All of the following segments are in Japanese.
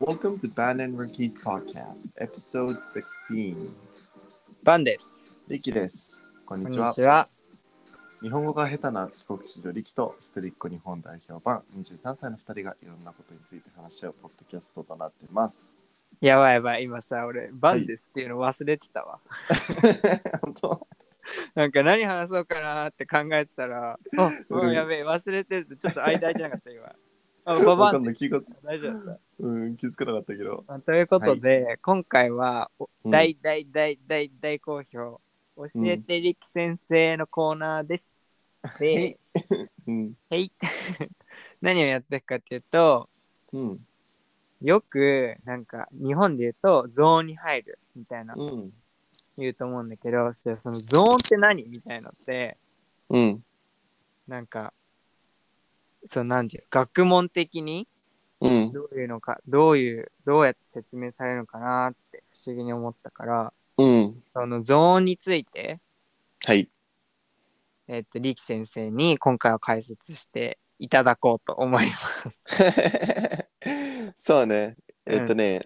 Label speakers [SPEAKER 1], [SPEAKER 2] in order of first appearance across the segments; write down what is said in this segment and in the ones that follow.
[SPEAKER 1] Welcome to Bad and Rookies Podcast, Episode 16.
[SPEAKER 2] バンです。
[SPEAKER 1] リキです。こん
[SPEAKER 2] こん
[SPEAKER 1] に
[SPEAKER 2] に
[SPEAKER 1] ち
[SPEAKER 2] ち
[SPEAKER 1] は。
[SPEAKER 2] は。
[SPEAKER 1] 日本語が下手な帰国子女リキと一人っ子日本代表版23歳の2人がいろんなことについて話し合うポッドキャストとなってます。
[SPEAKER 2] やばいやばい、今さ、俺、バンですっていうの忘れてた わ。
[SPEAKER 1] 本当
[SPEAKER 2] なんか何話そうかなーって考えてたら、あ、もうやべえ、忘れてるとちょっと間空いてなかった 今。あ、ババ
[SPEAKER 1] わかん
[SPEAKER 2] ンで
[SPEAKER 1] ない気が、
[SPEAKER 2] 大丈夫だっ
[SPEAKER 1] うん、気づかなかったけど。
[SPEAKER 2] た。ということで、今回は、お
[SPEAKER 1] うん
[SPEAKER 2] 大大大大大好評、教えてりき先生のコーナーです。
[SPEAKER 1] え
[SPEAKER 2] で、
[SPEAKER 1] いうん。
[SPEAKER 2] はい。 何をやっていくかっていうと、
[SPEAKER 1] うん。
[SPEAKER 2] よく、なんか、日本で言うと、ゾーンに入るみたいな。
[SPEAKER 1] うん。
[SPEAKER 2] 言うと思うんだけどそそのゾーンって何みたいのって
[SPEAKER 1] うん。
[SPEAKER 2] なんかそうなんていう学問的に
[SPEAKER 1] うん。
[SPEAKER 2] どういうのかどういうどうやって説明されるのかなって不思議に思ったから
[SPEAKER 1] うん。
[SPEAKER 2] そのゾーンについて、
[SPEAKER 1] はい。
[SPEAKER 2] えっと力先生に今回は解説していただこうと思いま す。
[SPEAKER 1] そうね。
[SPEAKER 2] うん
[SPEAKER 1] えっとね、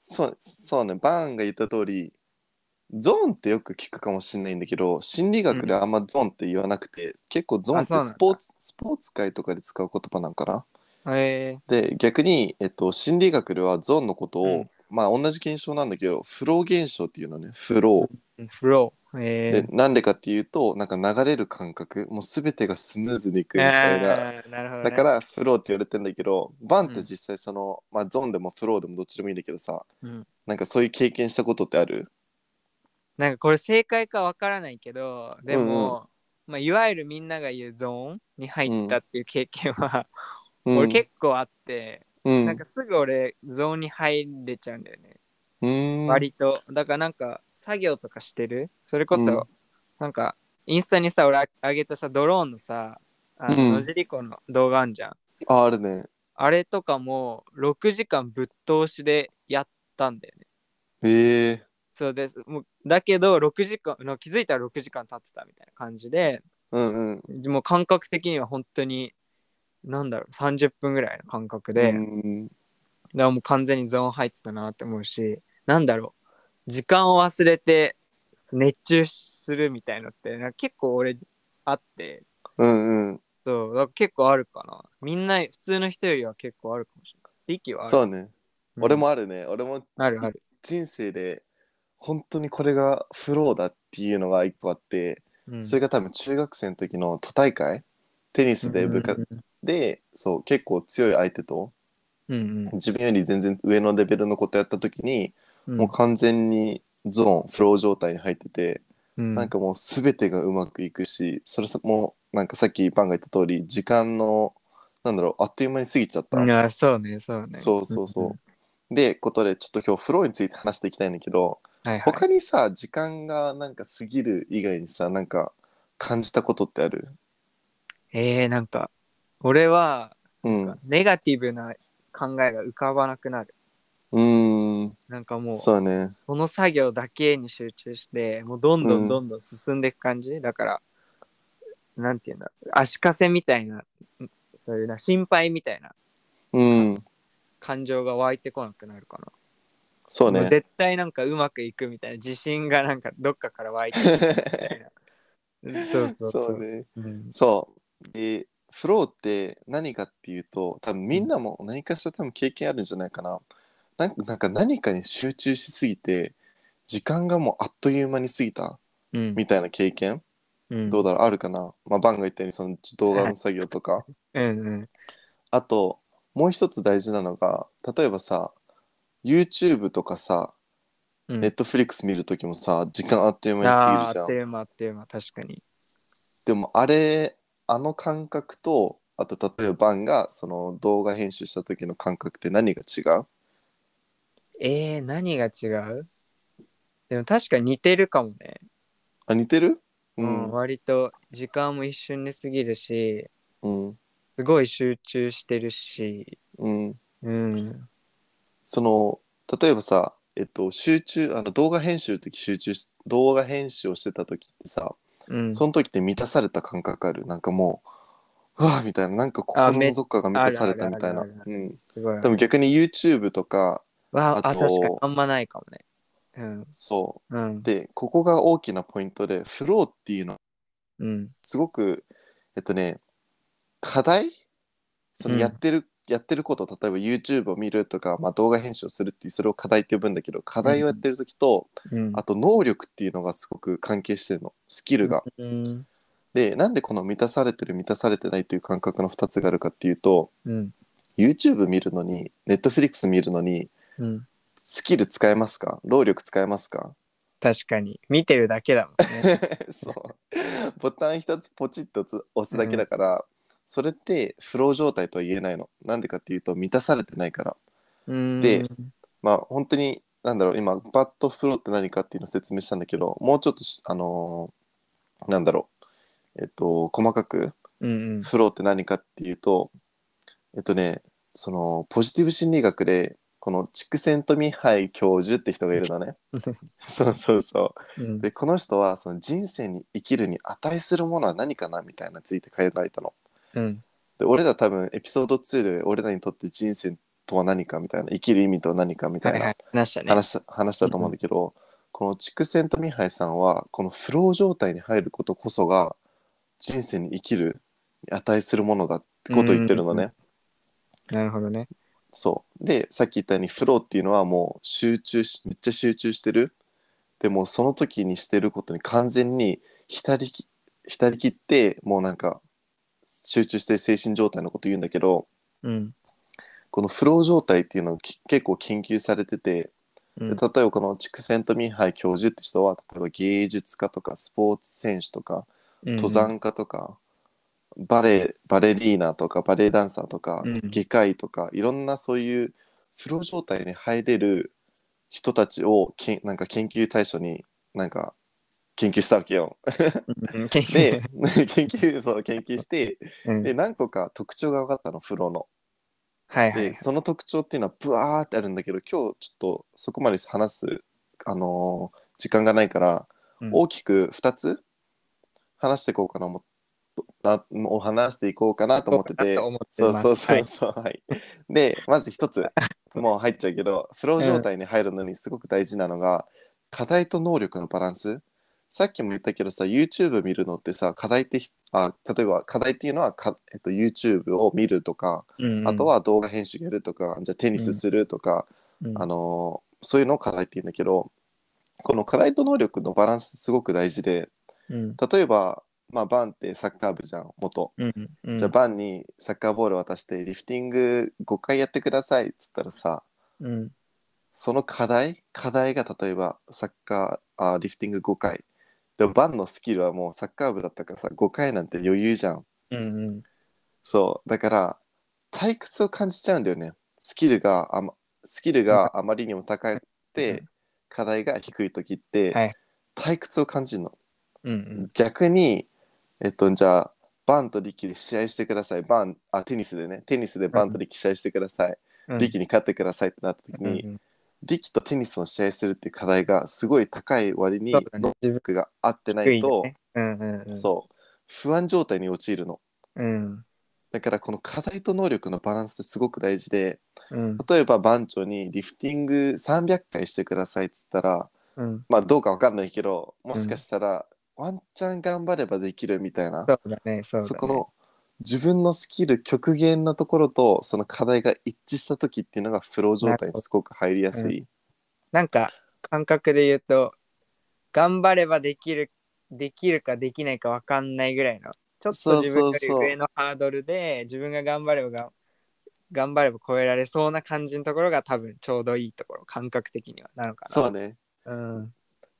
[SPEAKER 1] そうそうね、バーンが言った通り、ゾーンってよく聞くかもしれないんだけど、心理学であんまゾーンって言わなくて、結構ゾーンっ
[SPEAKER 2] あそう
[SPEAKER 1] て
[SPEAKER 2] なんだ
[SPEAKER 1] スポーツ、スポーツ界とかで使う言葉なんかな。
[SPEAKER 2] え
[SPEAKER 1] で、逆に、えっと、心理学ではゾーンのことを、
[SPEAKER 2] うん
[SPEAKER 1] まあ同じ現象なんだけど、フロー現象っていうのね、フロー。
[SPEAKER 2] ー、フロー。え
[SPEAKER 1] で
[SPEAKER 2] ー、
[SPEAKER 1] なんでかっていうと、なんか流れる感覚、もう全てがスムーズにいくみたいな。
[SPEAKER 2] あーなるほど、ね。
[SPEAKER 1] だからフローって言われてんだけど、バンって
[SPEAKER 2] うん
[SPEAKER 1] 実際その、まあゾーンでもフローでもどっちでもいいんだけどさ、
[SPEAKER 2] うん
[SPEAKER 1] なんかそういう経験したことってある
[SPEAKER 2] なんかこれ正解かわからないけどでも、まあ、いわゆるみんなが言うゾーンに入ったっていう経験は、俺結構あって、
[SPEAKER 1] 構、うん、
[SPEAKER 2] なんかすぐ俺ゾーンに入れちゃうんだよね、
[SPEAKER 1] うーん、
[SPEAKER 2] 割とだからなんか作業とかしてるそれこそ、
[SPEAKER 1] うん
[SPEAKER 2] なんかインスタにさ俺あげたさドローンのさあの,、
[SPEAKER 1] うん
[SPEAKER 2] 野尻湖の動画あんじゃん
[SPEAKER 1] ああるね。
[SPEAKER 2] あれとかも6時間ぶっ通しでやったんだよね
[SPEAKER 1] ええ
[SPEAKER 2] そうですもうだけど6時間の気づいたら6時間経ってたみたいな感じで
[SPEAKER 1] うんうん。
[SPEAKER 2] もう感覚的には本当になんだろう30分ぐらいの感覚で、
[SPEAKER 1] う
[SPEAKER 2] だか
[SPEAKER 1] ん
[SPEAKER 2] らもう完全にゾーン入ってたなって思うしなんだろう時間を忘れて熱中するみたいのってなんか結構俺あって
[SPEAKER 1] うんうん。
[SPEAKER 2] そうだから結構あるかなみんな普通の人よりは結構あるかもしれない息はある
[SPEAKER 1] そうね。
[SPEAKER 2] うん
[SPEAKER 1] 俺もあるね。俺も
[SPEAKER 2] あるある、
[SPEAKER 1] 人生で本当にこれがフローだっていうのが一個あって、
[SPEAKER 2] うん、
[SPEAKER 1] それが多分中学生の時の都大会テニスで部活、
[SPEAKER 2] うん
[SPEAKER 1] で、そう、結構強い相手と、
[SPEAKER 2] うんうん
[SPEAKER 1] 自分より全然上のレベルのことやった時に、
[SPEAKER 2] うん
[SPEAKER 1] もう完全にゾーンフロー状態に入ってて、
[SPEAKER 2] うん
[SPEAKER 1] なんかもう全てがうまくいくしそれもなんかさっきパンが言った通り時間のなんだろうあっという間に過ぎちゃった、
[SPEAKER 2] いやそうねそうね
[SPEAKER 1] そうそうそう、
[SPEAKER 2] んん
[SPEAKER 1] でことでちょっと今日フローについて話していきたいんだけど、
[SPEAKER 2] はいはい、
[SPEAKER 1] 他にさ時間がなんか過ぎる以外にさなんか感じたことってある
[SPEAKER 2] えー、なんか俺は
[SPEAKER 1] うん
[SPEAKER 2] なんかネガティブな考えが浮かばなくなる。
[SPEAKER 1] うーん
[SPEAKER 2] なんかもう、そ
[SPEAKER 1] そうね
[SPEAKER 2] の作業だけに集中して、もうどんど
[SPEAKER 1] うん
[SPEAKER 2] んどんどん進んでいく感じ、だから、なんていうんだろう、足かせみたいな、んそういうな、心配みたいな
[SPEAKER 1] うん
[SPEAKER 2] 感情が湧いてこなくなるかな。
[SPEAKER 1] そう
[SPEAKER 2] もう
[SPEAKER 1] ね
[SPEAKER 2] 絶対なんかうまくいくみたいな、自信がなんかどっかから湧いてくるみたいな。そうそうそう。
[SPEAKER 1] そうね
[SPEAKER 2] うん
[SPEAKER 1] そう。で、フローって何かっていうと、多分みんなも何かしら多分経験あるんじゃないかな。なんかなんか何かに集中しすぎて、時間がもうあっという間に過ぎた
[SPEAKER 2] うん
[SPEAKER 1] みたいな経験、
[SPEAKER 2] うん
[SPEAKER 1] どうだろう、あるかな。まあ、バンが言ったように、その動画の作業とか。
[SPEAKER 2] うんうん
[SPEAKER 1] あと、もう一つ大事なのが、例えばさ、YouTube とかさ、
[SPEAKER 2] うん。
[SPEAKER 1] Netflix 見るときもさ、時間あっという間に過ぎ
[SPEAKER 2] あ
[SPEAKER 1] るじ
[SPEAKER 2] ー
[SPEAKER 1] ゃ
[SPEAKER 2] あっ
[SPEAKER 1] ん
[SPEAKER 2] と。いう間あっという間、確かに。
[SPEAKER 1] でもあれあの感覚とあと例えばバンがその動画編集した時の感覚って何が違う
[SPEAKER 2] えー、何が違うでも確かに似てるかもね、
[SPEAKER 1] あ似てる
[SPEAKER 2] う
[SPEAKER 1] うんん
[SPEAKER 2] 割と時間も一瞬で過ぎるし
[SPEAKER 1] うん
[SPEAKER 2] すごい集中してるし
[SPEAKER 1] うん
[SPEAKER 2] うん
[SPEAKER 1] その例えばさえっと、集中あの動画編集の時集中し動画編集をしてた時ってさ、
[SPEAKER 2] うん、
[SPEAKER 1] その時って満たされた感覚あるなんかもううわーみたいななんか心のどっかが満たされたみたいな
[SPEAKER 2] あめあるあるあ
[SPEAKER 1] うん
[SPEAKER 2] すごい
[SPEAKER 1] 多分逆に YouTube とか
[SPEAKER 2] わあ
[SPEAKER 1] あと
[SPEAKER 2] 確かにあんまないかもねうん
[SPEAKER 1] そ
[SPEAKER 2] うん
[SPEAKER 1] うでここが大きなポイントでフローっていうの
[SPEAKER 2] うん
[SPEAKER 1] すごくえっとね課題その
[SPEAKER 2] うん
[SPEAKER 1] やってる、やってること例えば YouTube を見るとか、まあ、動画編集をするっていうそれを課題って呼ぶんだけど課題をやってる時と、
[SPEAKER 2] うん
[SPEAKER 1] あと能力っていうのがすごく関係してるのスキルが。
[SPEAKER 2] うん
[SPEAKER 1] でなんでこの満たされてる満たされてないっていう感覚の2つがあるかっていうと
[SPEAKER 2] うん
[SPEAKER 1] YouTube 見るのに Netflix 見るのに
[SPEAKER 2] うん
[SPEAKER 1] スキル使えますか労力使えますか
[SPEAKER 2] 確かに見てるだけだもんね
[SPEAKER 1] そうボタン1つポチッとつ押すだけだから、それってフロー状態とは言えないのなんでかっていうと満たされてないから
[SPEAKER 2] うん
[SPEAKER 1] でまあ本当になんだろう今バッドフローって何かっていうのを説明したんだけどもうちょっとしあのーなんだろうえっと細かく
[SPEAKER 2] うんうん
[SPEAKER 1] フローって何かっていうとえっとねそのポジティブ心理学でこのチクセント・ミハイ教授って人がいるの ねそうそうそう
[SPEAKER 2] うん
[SPEAKER 1] でこの人はその人生に生きるに値するものは何かなみたいなについて考えたの
[SPEAKER 2] うん
[SPEAKER 1] で俺ら多分エピソード2で俺らにとって人生とは何かみたいな生きる意味とは何かみた
[SPEAKER 2] はいいは
[SPEAKER 1] ない
[SPEAKER 2] 話したね
[SPEAKER 1] 話した,、話したと思うんだけど、このチクセント・ミハイさんはこのフロー状態に入ることこそが人生に生きるに値するものだってことを言ってるのね、
[SPEAKER 2] うんなるほどね
[SPEAKER 1] そうでさっき言ったようにフローっていうのはもう集中しめっちゃ集中してるでもうその時にしてることに完全に浸りき浸りきってもうなんか集中してる精神状態のこと言うんだけど
[SPEAKER 2] うん
[SPEAKER 1] このフロー状態っていうのがき結構研究されてて、
[SPEAKER 2] う
[SPEAKER 1] で
[SPEAKER 2] ん
[SPEAKER 1] 例えばこのチクセント・ミンハイ教授って人は例えば芸術家とかスポーツ選手とか登山家とか、バレエバレリーナとかバレエダンサーとか、
[SPEAKER 2] うん
[SPEAKER 1] 外科医とかいろんなそういうフロー状態に入れる人たちをけんなんか研究対象になんか研究したわけよ。
[SPEAKER 2] うんうん研究
[SPEAKER 1] で研究そう研究して
[SPEAKER 2] うん
[SPEAKER 1] で何個か特徴が分かったのフローの。
[SPEAKER 2] はいはい
[SPEAKER 1] でその特徴っていうのはブワーってあるんだけど今日ちょっとそこまで話す、あのー時間がないから、
[SPEAKER 2] うん
[SPEAKER 1] 大きく2つ話していこうかなもなもう話していこうかなと思ってて
[SPEAKER 2] そう思って
[SPEAKER 1] そう
[SPEAKER 2] ます
[SPEAKER 1] そうそ
[SPEAKER 2] は
[SPEAKER 1] う
[SPEAKER 2] い
[SPEAKER 1] そうはい、でまず1つもう入っちゃうけどフロー状態に入るのにすごく大事なのが、課題と能力のバランスさっきも言ったけどさ YouTube 見るのってさ課題ってひあ例えば課題っていうのはか、えっと、YouTube を見るとか、
[SPEAKER 2] うんうん
[SPEAKER 1] あとは動画編集やるとか、じゃあテニスするとか、
[SPEAKER 2] うん
[SPEAKER 1] あのーそういうのを課題って言うんだけどこの課題と能力のバランスってすごく大事で
[SPEAKER 2] うん
[SPEAKER 1] 例えば、まあ、バンってサッカー部じゃん元、
[SPEAKER 2] うんうん
[SPEAKER 1] じゃあバンにサッカーボール渡してリフティング5回やってくださいっつったらさ
[SPEAKER 2] うん
[SPEAKER 1] その課題課題が例えばサッカーあーリフティング5回でもバンのスキルはもうサッカー部だったからさ5回なんて余裕じゃん
[SPEAKER 2] うんうん
[SPEAKER 1] そうだから退屈を感じちゃうんだよねスキルがあまスキルがあまりにも高くて課題が低い時っ
[SPEAKER 2] は
[SPEAKER 1] て
[SPEAKER 2] い
[SPEAKER 1] 退屈を感じるの、
[SPEAKER 2] うんうん
[SPEAKER 1] 逆にえっとじゃあバンと力で試合してくださいバンあテニスでねテニスでバンと力試合してください、
[SPEAKER 2] うん
[SPEAKER 1] 力に勝ってくださいってなった時
[SPEAKER 2] うんう
[SPEAKER 1] に、
[SPEAKER 2] ん
[SPEAKER 1] 力とテニスの試合するっていう課題がすごい高い割に
[SPEAKER 2] そうだね
[SPEAKER 1] 能力が合ってな
[SPEAKER 2] 低
[SPEAKER 1] い
[SPEAKER 2] い
[SPEAKER 1] と
[SPEAKER 2] よねうんうんうん
[SPEAKER 1] そう不安状態に陥るの
[SPEAKER 2] うん
[SPEAKER 1] だからこの課題と能力のバランスってすごく大事で
[SPEAKER 2] うん
[SPEAKER 1] 例えば番長にリフティング300回してくださいっつったら
[SPEAKER 2] うん
[SPEAKER 1] まあどうかわかんないけどもしかしたらワンチャン頑張ればできるみたいな、
[SPEAKER 2] そうだねそうだね
[SPEAKER 1] そこの自分のスキル極限なところとその課題が一致した時っていうのがフロー状態にすごく入りやすい、
[SPEAKER 2] なんか感覚で言うと頑張ればできるできるかできないか分かんないぐらいのちょっ
[SPEAKER 1] そ
[SPEAKER 2] と
[SPEAKER 1] う
[SPEAKER 2] 自
[SPEAKER 1] そう
[SPEAKER 2] 分
[SPEAKER 1] そう
[SPEAKER 2] より上のハードルで自分が頑張ればが頑張れば超えられそうな感じのところが多分ちょうどいいところ感覚的にはなのかな
[SPEAKER 1] そうね
[SPEAKER 2] うん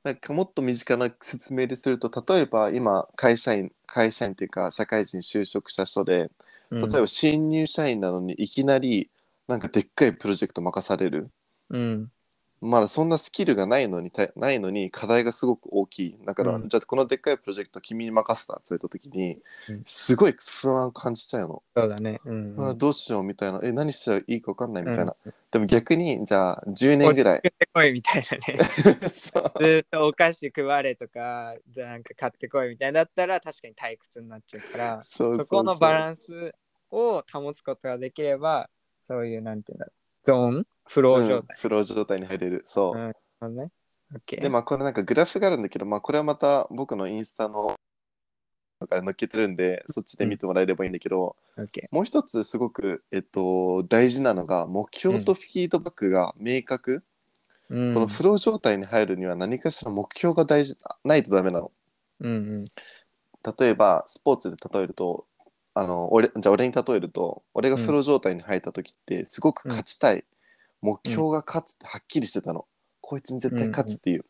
[SPEAKER 1] なんかもっと身近な説明ですると例えば今会社員会社員っていうか社会人就職した人で
[SPEAKER 2] うん
[SPEAKER 1] 例えば新入社員なのにいきなりなんかでっかいプロジェクト任される
[SPEAKER 2] うん
[SPEAKER 1] まだそんなスキルがないのにたないのに課題がすごく大きいだから、
[SPEAKER 2] うん
[SPEAKER 1] じゃあこのでっかいプロジェクト君に任せたって言われた時に
[SPEAKER 2] うん
[SPEAKER 1] すごい不安を感じちゃうの、
[SPEAKER 2] そうだね。うん。
[SPEAKER 1] うわどうしようみたいなえ何したらいいか分かんないみたいな、
[SPEAKER 2] うん
[SPEAKER 1] でも逆にじゃあ10年ぐらい
[SPEAKER 2] 買ってこいみたいなね。
[SPEAKER 1] そう
[SPEAKER 2] ずーっとお菓子食われとか、じゃあなんか買ってこいみたいなだったら確かに退屈になっちゃうから、
[SPEAKER 1] そうそう
[SPEAKER 2] そこのバ
[SPEAKER 1] ン
[SPEAKER 2] ランスを保つことができれば、そういうなんていうんだろう、ゾーン、フロー状態
[SPEAKER 1] フロー状態に入れるそう、
[SPEAKER 2] うんのね。オッケー。
[SPEAKER 1] でまあこれなんかグラフがあるんだけどまあこれはまた僕のインスタのとかに載っけてるんでそっちで見てもらえればいいんだけど、
[SPEAKER 2] オッケ
[SPEAKER 1] もう一つすごく、えっと、大事なのが目標とフィードバックが明確、
[SPEAKER 2] ー。うん。
[SPEAKER 1] このフロー状態に入るには何かしら目標が大事ないとダメなの
[SPEAKER 2] うんうん。
[SPEAKER 1] 例えばスポーツで例えるとあの俺じゃあ俺に例えると俺がフロー状態に入った時ってすごく勝ちたい、目標が勝つってはっきりしてたの、こいつに絶対勝つっていう、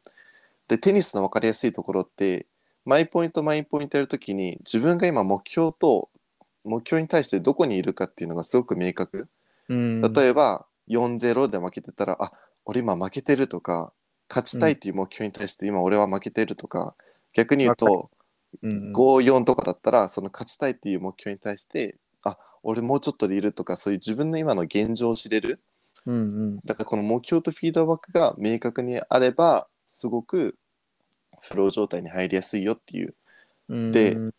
[SPEAKER 1] でテニスの分かりやすいところってマイポイントマイポイントやるときに自分が今目標と目標に対してどこにいるかっていうのがすごく明確、
[SPEAKER 2] うん、
[SPEAKER 1] 例えば4-0で負けてたら、あ俺今負けてるとか勝ちたいっていう目標に対して今俺は負けてるとか、逆に言うと
[SPEAKER 2] うん、
[SPEAKER 1] 5-4とかだったらその勝ちたいっていう目標に対してあ俺もうちょっとでいるとかそういう自分の今の現状を知れる
[SPEAKER 2] うんうん、
[SPEAKER 1] だからこの目標とフィードバックが明確にあればすごくフロー状態に入りやすいよっていう
[SPEAKER 2] うん
[SPEAKER 1] で
[SPEAKER 2] うん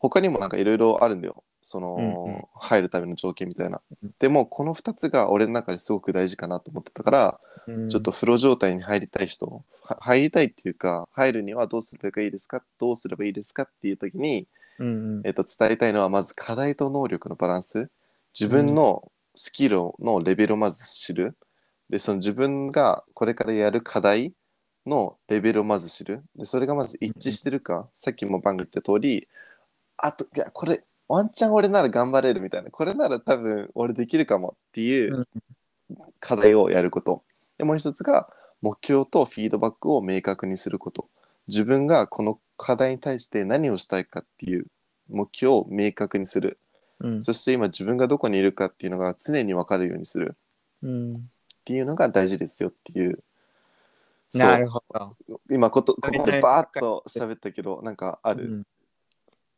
[SPEAKER 1] 他にもなんかいろいろあるんだよその、
[SPEAKER 2] うんうん
[SPEAKER 1] 入るための条件みたいな
[SPEAKER 2] うん
[SPEAKER 1] でもこの2つが俺の中ですごく大事かなと思ってたから、ちょっとフロー状態に入りたい人、は入りたいっていうか、入るにはどうすればいいですかどうすればいいですかっていう時に、
[SPEAKER 2] うんうん
[SPEAKER 1] えっと伝えたいのは、まず課題と能力のバランス。自分のスキルのレベルをまず知る。で、その自分がこれからやる課題のレベルをまず知る。で、それがまず一致してるか。さっきも番組言った通り、あと、いや、これ、ワンチャン俺なら頑張れるみたいな。これなら多分俺できるかもっていううん課題をやること。で、もう一つが、目標とフィードバックを明確にすること。自分がこの課題に対して何をしたいかっていう目標を明確にする。
[SPEAKER 2] うん
[SPEAKER 1] そして今自分がどこにいるかっていうのが常に分かるようにする
[SPEAKER 2] うん
[SPEAKER 1] っていうのが大事ですよっていう。そう
[SPEAKER 2] なるほど。
[SPEAKER 1] 今ことここでバーッと喋ったけどなんかあ
[SPEAKER 2] う
[SPEAKER 1] る、
[SPEAKER 2] ん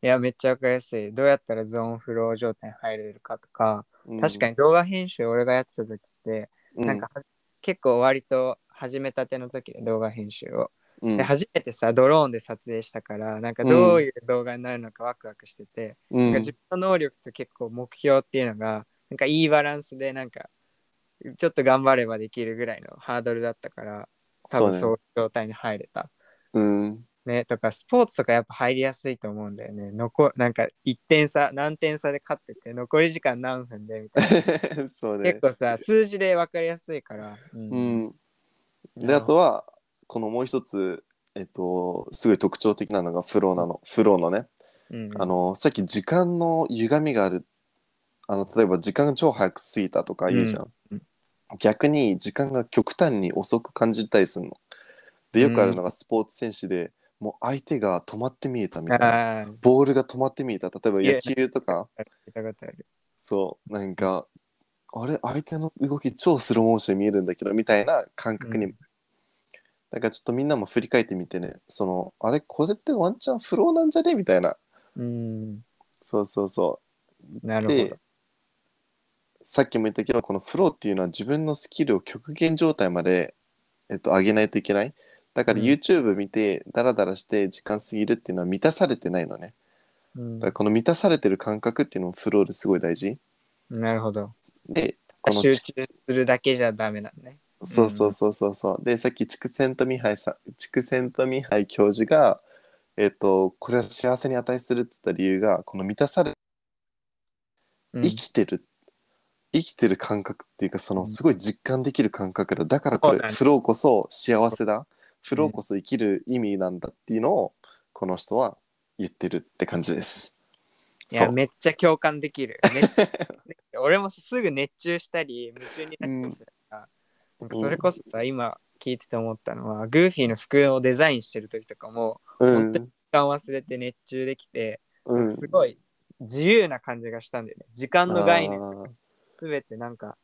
[SPEAKER 2] いや、めっちゃわかりやすい。どうやったらゾーンフロー状態に入れるかとか、
[SPEAKER 1] うん
[SPEAKER 2] 確かに動画編集俺がやってた時って、
[SPEAKER 1] う
[SPEAKER 2] なんかは結構割と始めたての時で動画編集を。
[SPEAKER 1] うん
[SPEAKER 2] で、初めてさ、ドローンで撮影したから、なんかどういう動画になるのかワクワクしてて、
[SPEAKER 1] う
[SPEAKER 2] なん
[SPEAKER 1] ん
[SPEAKER 2] か自分の能力と結構目標っていうのが、なんかいいバランスで、なんか、ちょっと頑張ればできるぐらいのハードルだったから、多分
[SPEAKER 1] そ
[SPEAKER 2] そう
[SPEAKER 1] う
[SPEAKER 2] いう状態に入れた。
[SPEAKER 1] ねうん
[SPEAKER 2] ね、とかスポーツとかやっぱ入りやすいと思うんだよね。残なんか1点差、何点差で勝ってて、残り時間何分でみたい
[SPEAKER 1] そう
[SPEAKER 2] な。
[SPEAKER 1] ね
[SPEAKER 2] 結構さ、数字で分かりやすいから。う。
[SPEAKER 1] うんんであとはこのもう一つえっとすごい特徴的なのがフローなのフローのね
[SPEAKER 2] うん、
[SPEAKER 1] あのさっき時間の歪みがあるあの例えば時間が超早く過ぎたとか言うじゃん、
[SPEAKER 2] うん
[SPEAKER 1] 逆に時間が極端に遅く感じたりするのでよくあるのがスポーツ選手で、もう相手が止まって見えたみたいな
[SPEAKER 2] ああ、聞
[SPEAKER 1] ボールが止まって見えた例えば野球とか
[SPEAKER 2] いたことある。
[SPEAKER 1] そうなんかあれ相手の動き超スローモーションに見えるんだけどみたいな感覚に、
[SPEAKER 2] うん
[SPEAKER 1] だからちょっとみんなも振り返ってみてねそのあれこれってワンチャンフローなんじゃねみたいな
[SPEAKER 2] うん。
[SPEAKER 1] そうそうそう
[SPEAKER 2] なるほ
[SPEAKER 1] で
[SPEAKER 2] ど。
[SPEAKER 1] さっきも言ったけどこのフローっていうのは自分のスキルを極限状態まで、えっと、上げないといけないだから
[SPEAKER 2] うん
[SPEAKER 1] YouTube 見てダラダラして時間過ぎるっていうのは満たされてないのね
[SPEAKER 2] うん
[SPEAKER 1] だからこの満たされてる感覚っていうのもフローですごい大事
[SPEAKER 2] なるほど。
[SPEAKER 1] でこの
[SPEAKER 2] 集中するだけじゃダメなんだね。
[SPEAKER 1] そうそうそうそうそうでさっき筑前とミハイさん筑前とミハイ教授がえっとこれは幸せに値するっつった理由がこの満たされ
[SPEAKER 2] うん
[SPEAKER 1] 生きてる、生きてる感覚っていうかそうの
[SPEAKER 2] ん
[SPEAKER 1] すごい実感できる感覚だだからこ
[SPEAKER 2] そうだ
[SPEAKER 1] れ
[SPEAKER 2] ね
[SPEAKER 1] フローこそ幸せだフローこそ生きる意味なんだっていうのをこの人は言ってるって感じです。
[SPEAKER 2] い
[SPEAKER 1] そ
[SPEAKER 2] や、
[SPEAKER 1] う
[SPEAKER 2] めっちゃ共感できる。めっちゃ俺もすぐ熱中したり、夢中になってましたから、なんかそれこそさ、今聞いてて思ったのは、グーフィーの服をデザインしてる時とかも、
[SPEAKER 1] うん
[SPEAKER 2] 本当に時間忘れて熱中できて、
[SPEAKER 1] うん
[SPEAKER 2] すごい自由な感じがしたんだよね。時間の概念
[SPEAKER 1] あー
[SPEAKER 2] すべてなんか、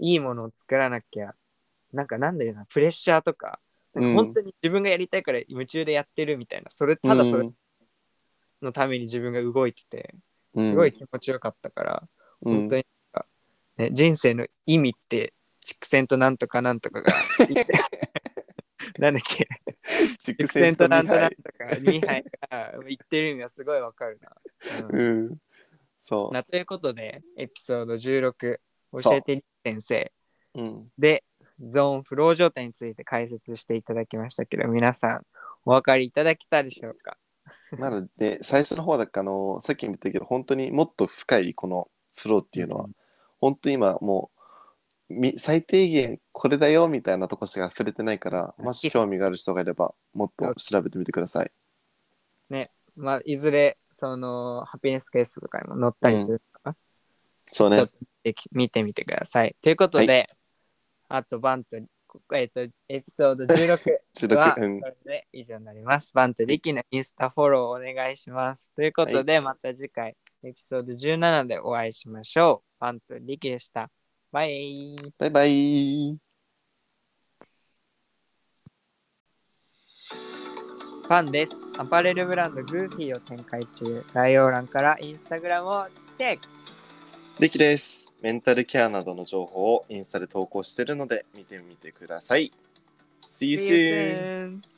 [SPEAKER 2] いいものを作らなきゃなんかなんだよなプレッシャーとか
[SPEAKER 1] うん
[SPEAKER 2] 本当に自分がやりたいから夢中でやってるみたいなそれただそれ
[SPEAKER 1] う
[SPEAKER 2] のために自分が動いてて
[SPEAKER 1] ん
[SPEAKER 2] すごい気持ちよかったから、
[SPEAKER 1] うん
[SPEAKER 2] 本当になんか、ね、人生の意味って畜生となんとかなんとかがなんだ っけ
[SPEAKER 1] 軸
[SPEAKER 2] 畜生
[SPEAKER 1] 線と
[SPEAKER 2] と
[SPEAKER 1] なん
[SPEAKER 2] な
[SPEAKER 1] ん
[SPEAKER 2] と
[SPEAKER 1] とな
[SPEAKER 2] な
[SPEAKER 1] ん
[SPEAKER 2] とか2杯が言ってる意味はすごいわかるな。うん
[SPEAKER 1] うんそ
[SPEAKER 2] なということでエピソード16
[SPEAKER 1] そう
[SPEAKER 2] 教えてり先生
[SPEAKER 1] う、うん、
[SPEAKER 2] でゾーンフロー状態について解説していただきましたけど皆さんお分かりいただけたでしょうか
[SPEAKER 1] なので最初の方だからあのさっきも言ったけど本当にもっと深いこのスローっていうのは、
[SPEAKER 2] うん
[SPEAKER 1] 本当に今もうみ最低限これだよみたいなとこしか触れてないからもし興味がある人がいればもっと調べてみてください。
[SPEAKER 2] まあ、いずれそのハピネスケーストとかにも載ったりするのかな、
[SPEAKER 1] そう
[SPEAKER 2] ち
[SPEAKER 1] ね
[SPEAKER 2] ょっと見てき見てみてください。ということで、
[SPEAKER 1] は
[SPEAKER 2] あとバンと、えっ、と、エピソード16
[SPEAKER 1] 16
[SPEAKER 2] は、
[SPEAKER 1] うん
[SPEAKER 2] これで以上になります。バンとリキのインスタフォローお願いします。ということで、また次回、エピソード17でお会いしましょう。バンとリキでした。バイ
[SPEAKER 1] バイバイ
[SPEAKER 2] パンです。アパレルブランドグーフィーを展開中。概要欄からインスタグラムをチェック
[SPEAKER 1] リキです。メンタルケアなどの情報をインスタで投稿してるので見てみてください。See you
[SPEAKER 2] See
[SPEAKER 1] soon!
[SPEAKER 2] you soon.